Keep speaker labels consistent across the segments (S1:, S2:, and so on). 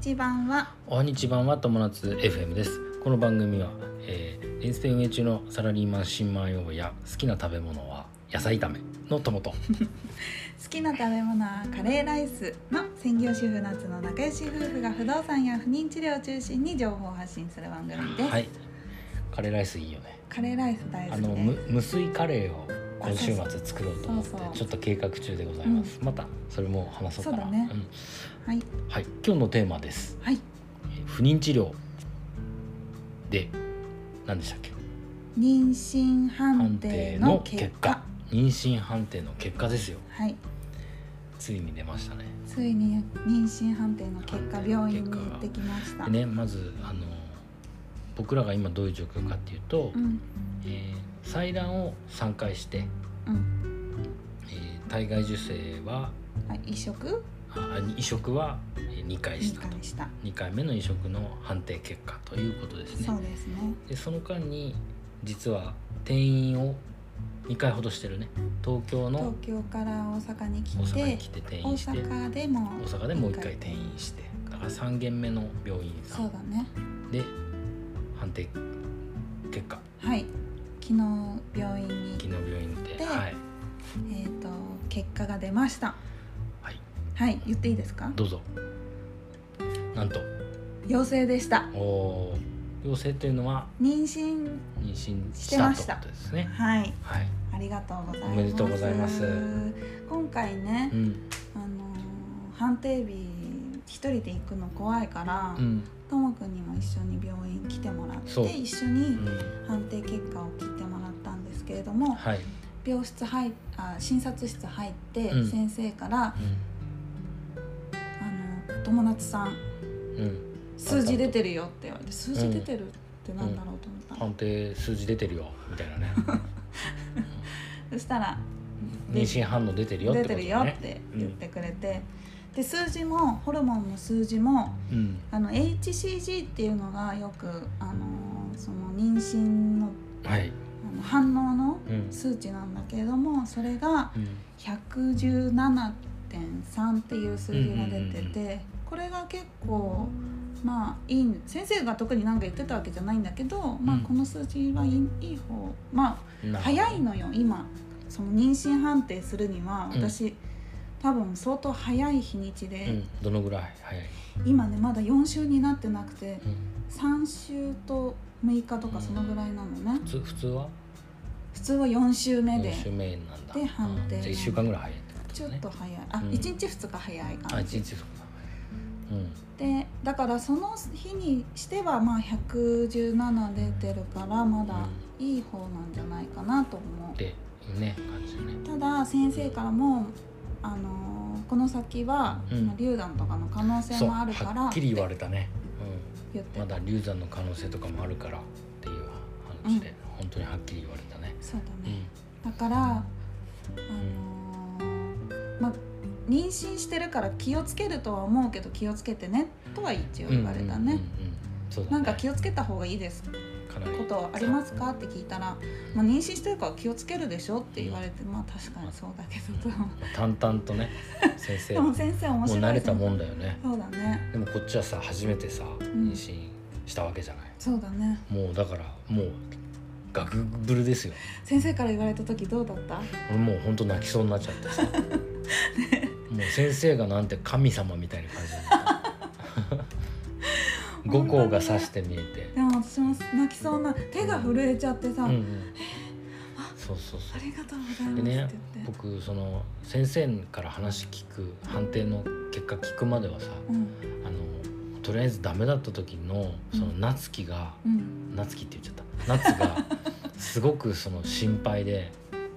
S1: ち版は
S2: おはにちばんは友達 FM ですこの番組は、えー、遠征運営中のサラリーマン新米応募や好きな食べ物は野菜炒めの友と
S1: 好きな食べ物はカレーライスの専業主婦夏の仲良し夫婦が不動産や不妊治療を中心に情報を発信する番組です、
S2: はいカレーライスいいよね
S1: カレーライス大好
S2: あ
S1: き
S2: の
S1: で
S2: む
S1: す
S2: 無水カレーを今週末作ろうと思って
S1: そうそう
S2: ちょっと計画中でございます、またそれも話そうかな
S1: そうだね
S2: ん
S1: はい
S2: はい今日のテーマです
S1: はい
S2: 不妊治療で何でしたっけ
S1: 妊娠判
S2: 判
S1: 定
S2: 定
S1: の
S2: の
S1: 結
S2: 結
S1: 果
S2: 果妊娠判定の結果ですよ
S1: はい
S2: ついに出ましたね
S1: ついに妊娠判定の結果
S2: 判定の
S1: 病院に
S2: 結果が
S1: 行ってきました、
S2: でねまずあの僕らが今どういう状況かっていうと、
S1: うん
S2: えー採卵を3回して、
S1: うん
S2: えー体外受精は
S1: あ移植
S2: あ移植は2回し
S1: 2
S2: たと
S1: 回した
S2: 2回目の移植の判定結果ということですね
S1: そうですね
S2: でその間に実は転院を2回ほどしてるね東京
S1: 東
S2: の
S1: 京から大阪に来
S2: 大阪
S1: て
S2: に来て転
S1: 大
S2: 院して
S1: 阪でも
S2: 大阪でもう1回転院してだから3軒目の病院さ
S1: そうんだね
S2: で判定結果
S1: はい昨日病院に
S2: 昨日病院で
S1: で
S2: はい、
S1: えー、と結果が出ました
S2: はい、
S1: はい言っていいですか
S2: どうぞなんと
S1: 陽性でした
S2: おー陽性というのは
S1: 妊娠
S2: 妊娠
S1: し
S2: してた
S1: ま
S2: と
S1: し
S2: いう
S1: た
S2: ことですね
S1: はい
S2: はい、
S1: ありがとうございます
S2: おめでとうございます
S1: 今回ね
S2: う、ん
S1: あのー判定日一人で行くの怖いから
S2: うん
S1: とも、くんにも一緒に病院来てもらっ
S2: そう
S1: て一緒
S2: う
S1: に
S2: ん、
S1: 判定結果を聞いてもらったんですけれども
S2: はい、
S1: 病室入っあ診察室入って
S2: うん
S1: 先生から、あの「友達さん
S2: うんうん、
S1: 数字出てるよ」って言われて「数字出てるってなんだろう?」と思ったの、
S2: 判定数字出てるよみたい なね
S1: そしたら
S2: 妊娠反応出てるよって
S1: 出
S2: こと
S1: てるよ
S2: だ
S1: っ
S2: ね
S1: て言ってくれて、で数字もホルモンの数字も
S2: うん
S1: あの HCG っていうのがよく、あのーその妊娠の
S2: はい
S1: あの反応の
S2: うん
S1: 数値なんだけれどもそれが
S2: うん
S1: 117.3っていう数字が出てて、これが結構まあいい先生が特に何か言ってたわけじゃないんだけど、まあ
S2: うん
S1: この数字はいいいい方まあ
S2: なるほど
S1: 早いのよ今その妊娠判定するには
S2: うん
S1: 私、多分相当早い日にち
S2: う
S1: で、
S2: んどのぐらい早い、
S1: 今ねまだ4週になってなくて
S2: うん、
S1: 3週と6日とかそのぐらいなのね
S2: 普通普通は
S1: 普通は4週目で
S2: 4週目なんだ
S1: で判定
S2: うんじゃあ1週間ぐらい早いってこと
S1: ちょ
S2: だ
S1: っ
S2: ね
S1: と早いあ、
S2: うん
S1: 一1日2日早い
S2: あ
S1: 感
S2: 一
S1: じ
S2: 日そうだね
S1: でだからその日にしてはまあ117出てるからまだいい方なんじゃないかなと
S2: う
S1: 思
S2: ん
S1: う
S2: でね感じだね
S1: ただ先生からも、あのーこの先は
S2: うん
S1: まあ流産とかの可能性
S2: そう
S1: もあるから
S2: はっきり言わ
S1: れ
S2: れたね、
S1: 言っ
S2: う
S1: て
S2: ん、まだ流産の可能性とかもあるからっていう話で、本当にはっきり言われたね、
S1: そうだ
S2: う
S1: ね、
S2: ん
S1: だから、あのーまあ、妊娠してるから気をつけるとは思うけど気をつけてねとは一応言われたね、
S2: うんうんうんうんそうだね
S1: なんか気をつけた方がいいです
S2: かなり
S1: ことありますかって聞いたら、まあ、妊娠してるから気をつけるでしょって言われて、まあ確かにそうだけどと
S2: 淡々とね先生
S1: で
S2: も
S1: も
S2: う
S1: 先生面白い
S2: 慣れたもんだよね
S1: そうだね
S2: でもこっちはさ初めてさ妊娠したわけじゃない、
S1: そうだね
S2: もうだからもうガクブルですよ
S1: 先生から言われた時どうだった
S2: 俺もう本当泣きそうになっち ゃってさ、もう先生がなんて神様みたいな感じ
S1: 当に
S2: 五
S1: ね
S2: 光がさして見えて、
S1: でも私も泣きそうな手が震えちゃってさ「
S2: うん
S1: あ
S2: うん、そうそうそ
S1: りがとうございうます」っ
S2: で
S1: て言っ
S2: ね
S1: て、
S2: 僕その先生から話聞く判定の結果聞くまではさ
S1: うん
S2: あのとりあえずダメだった時のその夏樹が、
S1: うん
S2: 夏樹って言っちゃった夏 がすごくその心配で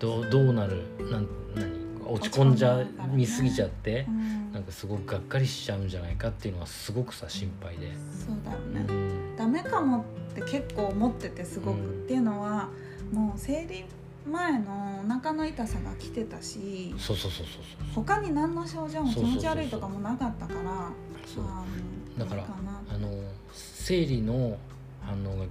S2: どうどうなるなん何落ち込んじゃ
S1: 落ち込んじゃうからね
S2: みすぎちゃって
S1: う、ん
S2: なんかすごくがっかりしちゃうんじゃないかっていうのがすごくさ心配で、
S1: そうだよ
S2: う
S1: ね、
S2: ん、
S1: ダメかもって結構思っててすごく、
S2: うん
S1: っていうのはもう生理前のお腹の痛さが来てたし
S2: そうそうそうそう
S1: 他に何の症状も気
S2: そうそうそうそう
S1: 持ち悪いとかもなかったからあ
S2: そうそう
S1: の
S2: だから
S1: いいな
S2: あの生理の反応が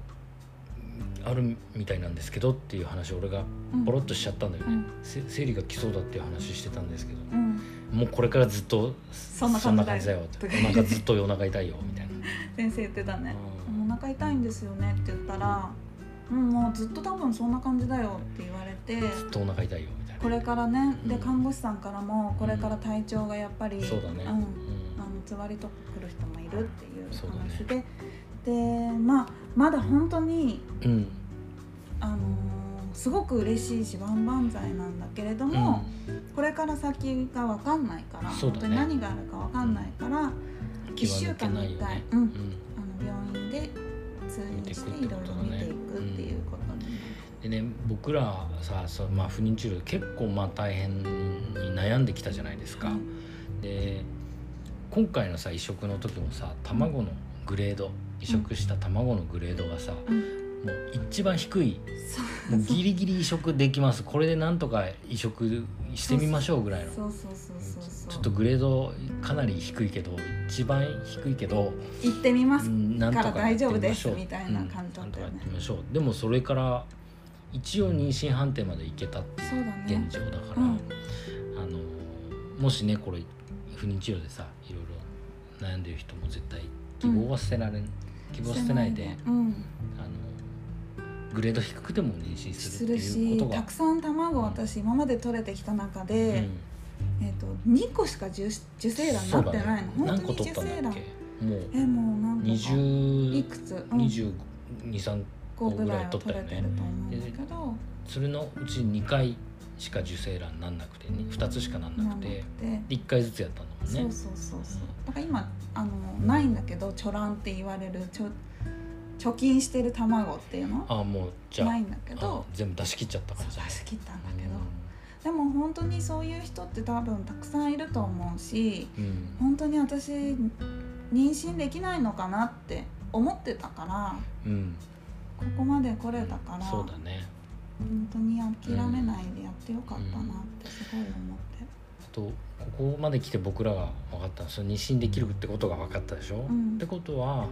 S2: あるみたいなんですけどっていう話を俺が
S1: うん
S2: ポロッとしちゃったんだよ
S1: う
S2: ね、
S1: ん
S2: せ生理が来そうだっていう話してたんですけど
S1: うん
S2: もうこれからずっとそ
S1: んな感じだよ
S2: だよってお腹ずっとお腹痛いよみたいな、
S1: 先生言ってたね
S2: うん
S1: お腹痛いんですよねって言ったらうんもうずっと多分そんな感じだよって言われて
S2: ずっとお腹痛いよみたいな
S1: これからねで
S2: うん
S1: 看護師さんからもこれから体調がやっぱり、
S2: そうだね、
S1: んあのつわりとか来る人もいるっていう話で、でまあまだ本当に
S2: うんうん
S1: あのーすごく嬉しいし万々歳なんだけれども、これから先が分かんないから、
S2: そう
S1: 本
S2: だ
S1: 当
S2: ね
S1: に何があるか分かんないから、
S2: うん
S1: 1週間に1回、
S2: 気は抜けないよね
S1: うん
S2: う
S1: あ
S2: ん
S1: の病院で通院していろいろ見ていくっていうことに、
S2: でね僕らさそう、まあ、不妊治療結構まあ大変に悩んできたじゃないですか、
S1: はい
S2: で今回のさ移植の時もさ卵のグレード移植した卵のグレードがさ、
S1: うん
S2: もう一番低い
S1: そう
S2: もうギリギリ移植できますこれでなんとか移植してみましょうぐらいの
S1: そうそうそうそうそう
S2: ちょっとグレードかなり低いけど一番低いけど
S1: 行ってみます
S2: うんなんとか
S1: から大丈夫です
S2: やって
S1: みたい
S2: みま
S1: な
S2: しょう
S1: 感じだったよね
S2: うんなんとかやってみましょうでもそれから一応妊娠判定までいけたって
S1: そうだね
S2: いう現状だから、
S1: うん
S2: あのもしねこれ不妊治療でさいろいろ悩んでる人も絶対希望は捨てられん、希望捨てないで
S1: うん、
S2: あのグレード低くても妊娠す
S1: す
S2: る
S1: る
S2: っていう
S1: し
S2: こと
S1: た
S2: が
S1: くさん卵私今まで取れてきた中
S2: う
S1: で、
S2: ん
S1: えっと2個しか受受精卵になってないの、
S2: そ
S1: 本
S2: うだね何個
S1: 当に
S2: 取っ
S1: 受
S2: た
S1: 精
S2: んだっ
S1: 卵
S2: けもう
S1: えもう何個かい
S2: 20
S1: くつ、うん、
S2: 2 3
S1: 個ぐらいは取れてると思うんだけど、
S2: それのうち2回しか受精卵なんなくて、ね、2つしかなんな
S1: な
S2: く
S1: ん
S2: て
S1: で
S2: で1回ずつやったんだもんね
S1: そうそうそうそうだから今あのないんだけど貯卵って言われるちょ貯金してる卵っていうの
S2: ああもうじゃあ
S1: ないんだけ
S2: あ
S1: ど
S2: 全部出し切っちゃったか
S1: そう
S2: らじゃ
S1: 出し切ったんだけど、
S2: う
S1: でも本当にそういう人って多分たくさんいると思うし
S2: んうん
S1: 本当に私妊娠できないのかなって思ってたから
S2: うん
S1: ここまで来れたから、
S2: そうだね
S1: 本当に諦めないでやってよかったなってすごい思って、
S2: あとここまで来て僕らが分かったその妊娠できるってことが分かったでしょ、
S1: ん
S2: ってことはやっ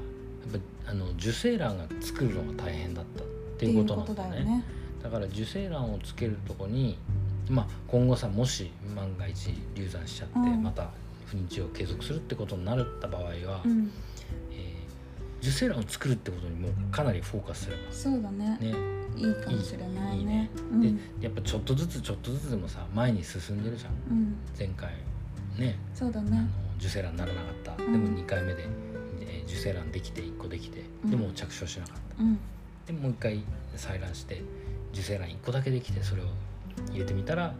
S2: ぱあの受精卵が作るのが大変だったっていうことなんだ
S1: って
S2: ね
S1: いうよね
S2: だから受精卵をつけるとこに、まあ、今後さもし万が一流産しちゃって、
S1: うん
S2: また不妊治療を継続するってことになった場合は、
S1: うん
S2: えー受精卵を作るってことにもうかなりフォーカスすれば
S1: そうだね
S2: ね
S1: いいかもしれない
S2: いい
S1: ね
S2: ね
S1: うん
S2: でやっぱちょっとずつちょっとずつでもさ前に進んでるじゃん
S1: うん、
S2: 前回ね
S1: そうだ
S2: あの
S1: ね
S2: 受精卵にならなかった、
S1: ん
S2: でも2回目で、えー受精卵できて1個できて
S1: うん
S2: でも着床しなかった、
S1: うん
S2: でもう一回採卵して受精卵1個だけできてそれを入れてみたら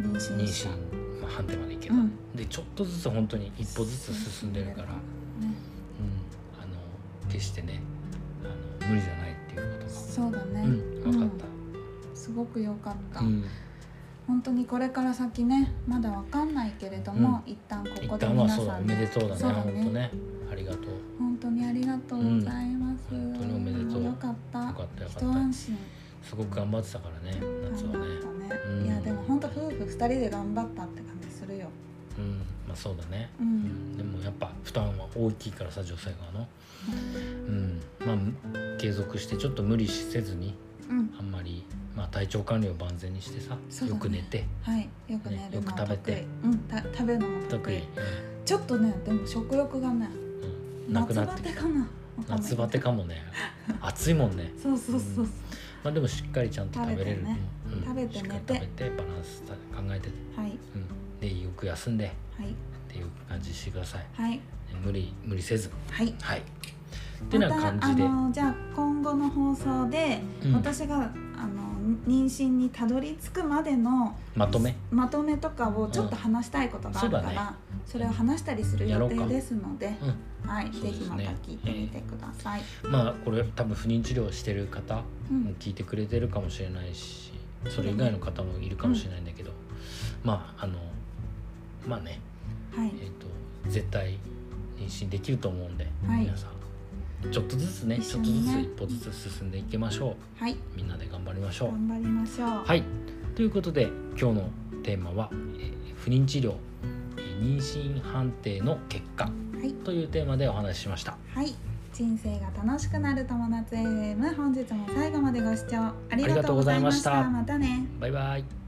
S1: 妊
S2: 妊
S1: 娠し
S2: 娠
S1: た、
S2: まあ、判定までい
S1: う
S2: けた、
S1: んね、
S2: でちょっとずつ本当に一歩ずつ進んでるから、うん、あの決してねあの無理じゃないっていうこと
S1: そうだね、
S2: が、うん、分かった、
S1: うんすごく良かった、
S2: うん
S1: 本当にこれから先ねまだわかんないけれども、一旦ここで
S2: 一旦は
S1: 皆
S2: そうだ
S1: さ
S2: お
S1: ん
S2: め
S1: ね
S2: でとうだね
S1: そうだね
S2: 本当ねありがとうよ
S1: 本当にありがとうございます、
S2: うん本当におめでとう
S1: よかった
S2: かったよか
S1: 一
S2: っ
S1: 安心
S2: たすごく頑張ってたからね
S1: 頑
S2: 夏
S1: 張っ
S2: は
S1: た
S2: ね
S1: ね、
S2: うん
S1: いやでも本当夫婦二人で頑張ったって感じするよ
S2: うんまあそうだね
S1: う
S2: うんんでもやっぱ負担は大きいからさ女性側のうんまあ継続してちょっと無理しせずに
S1: うん
S2: あんまり、まあ、体調管理を万全にしてさ、
S1: そうだね
S2: よく寝て
S1: はいよくね
S2: ねよく食べて
S1: うんた食べるのも
S2: 特
S1: 得意
S2: に、
S1: ちょっとねでも食欲がね
S2: うん、なく
S1: 夏
S2: な
S1: バ
S2: って
S1: テ
S2: きた
S1: かなわかんない
S2: 夏バテかもね暑いもんね、
S1: そうそうそうそう
S2: まあ、でもしっかりちゃんと食べれ
S1: 食べ
S2: る
S1: てね
S2: うんうん、しっ
S1: 食べ
S2: か
S1: て
S2: り食べてバランス考えて、
S1: はい
S2: うん、でよく休んでっ
S1: はい
S2: ていう感じしてください
S1: はい
S2: 無理無理せず
S1: はい
S2: はいってな感じで、
S1: またあのじゃあ今後の放送で、
S2: うん
S1: 私があの妊娠にたどり着くまでの
S2: まとめ
S1: まとめとかをちょっと話したいことがあるから、
S2: うんそうだね
S1: それを話したりする
S2: や
S1: 予
S2: ろう
S1: 定
S2: か
S1: ですので、はい、
S2: そう
S1: ぜ
S2: ですね
S1: ひまた聞いてみてください。
S2: まあこれ多分不妊治療してる方
S1: う
S2: も
S1: ん、
S2: 聞いてくれてるかもしれないしそれ以外の方もいるかもしれないんだけど、まああのまあね
S1: はい
S2: え、ー、と絶対妊娠できると思うんで、
S1: はい
S2: 皆さんちょっとずつね
S1: 一
S2: ち
S1: 緒
S2: ょっとず
S1: に
S2: つ
S1: ね
S2: 一歩ずつ進んでいきましょ
S1: はい、
S2: うみんなで頑張りましょう。
S1: 頑張りましょう。
S2: はい、ということで今日のテーマは、えー不妊治療えー妊娠判定の結果
S1: はい、
S2: というテーマでお話ししました。
S1: はい、人生が楽しくなる友達 FM 本日も最後までご視聴あり
S2: あり
S1: が
S2: が
S1: と
S2: と
S1: うご
S2: うご
S1: ざ
S2: ざ
S1: い
S2: い
S1: ま
S2: ま
S1: し
S2: した
S1: たまたね
S2: バイバイ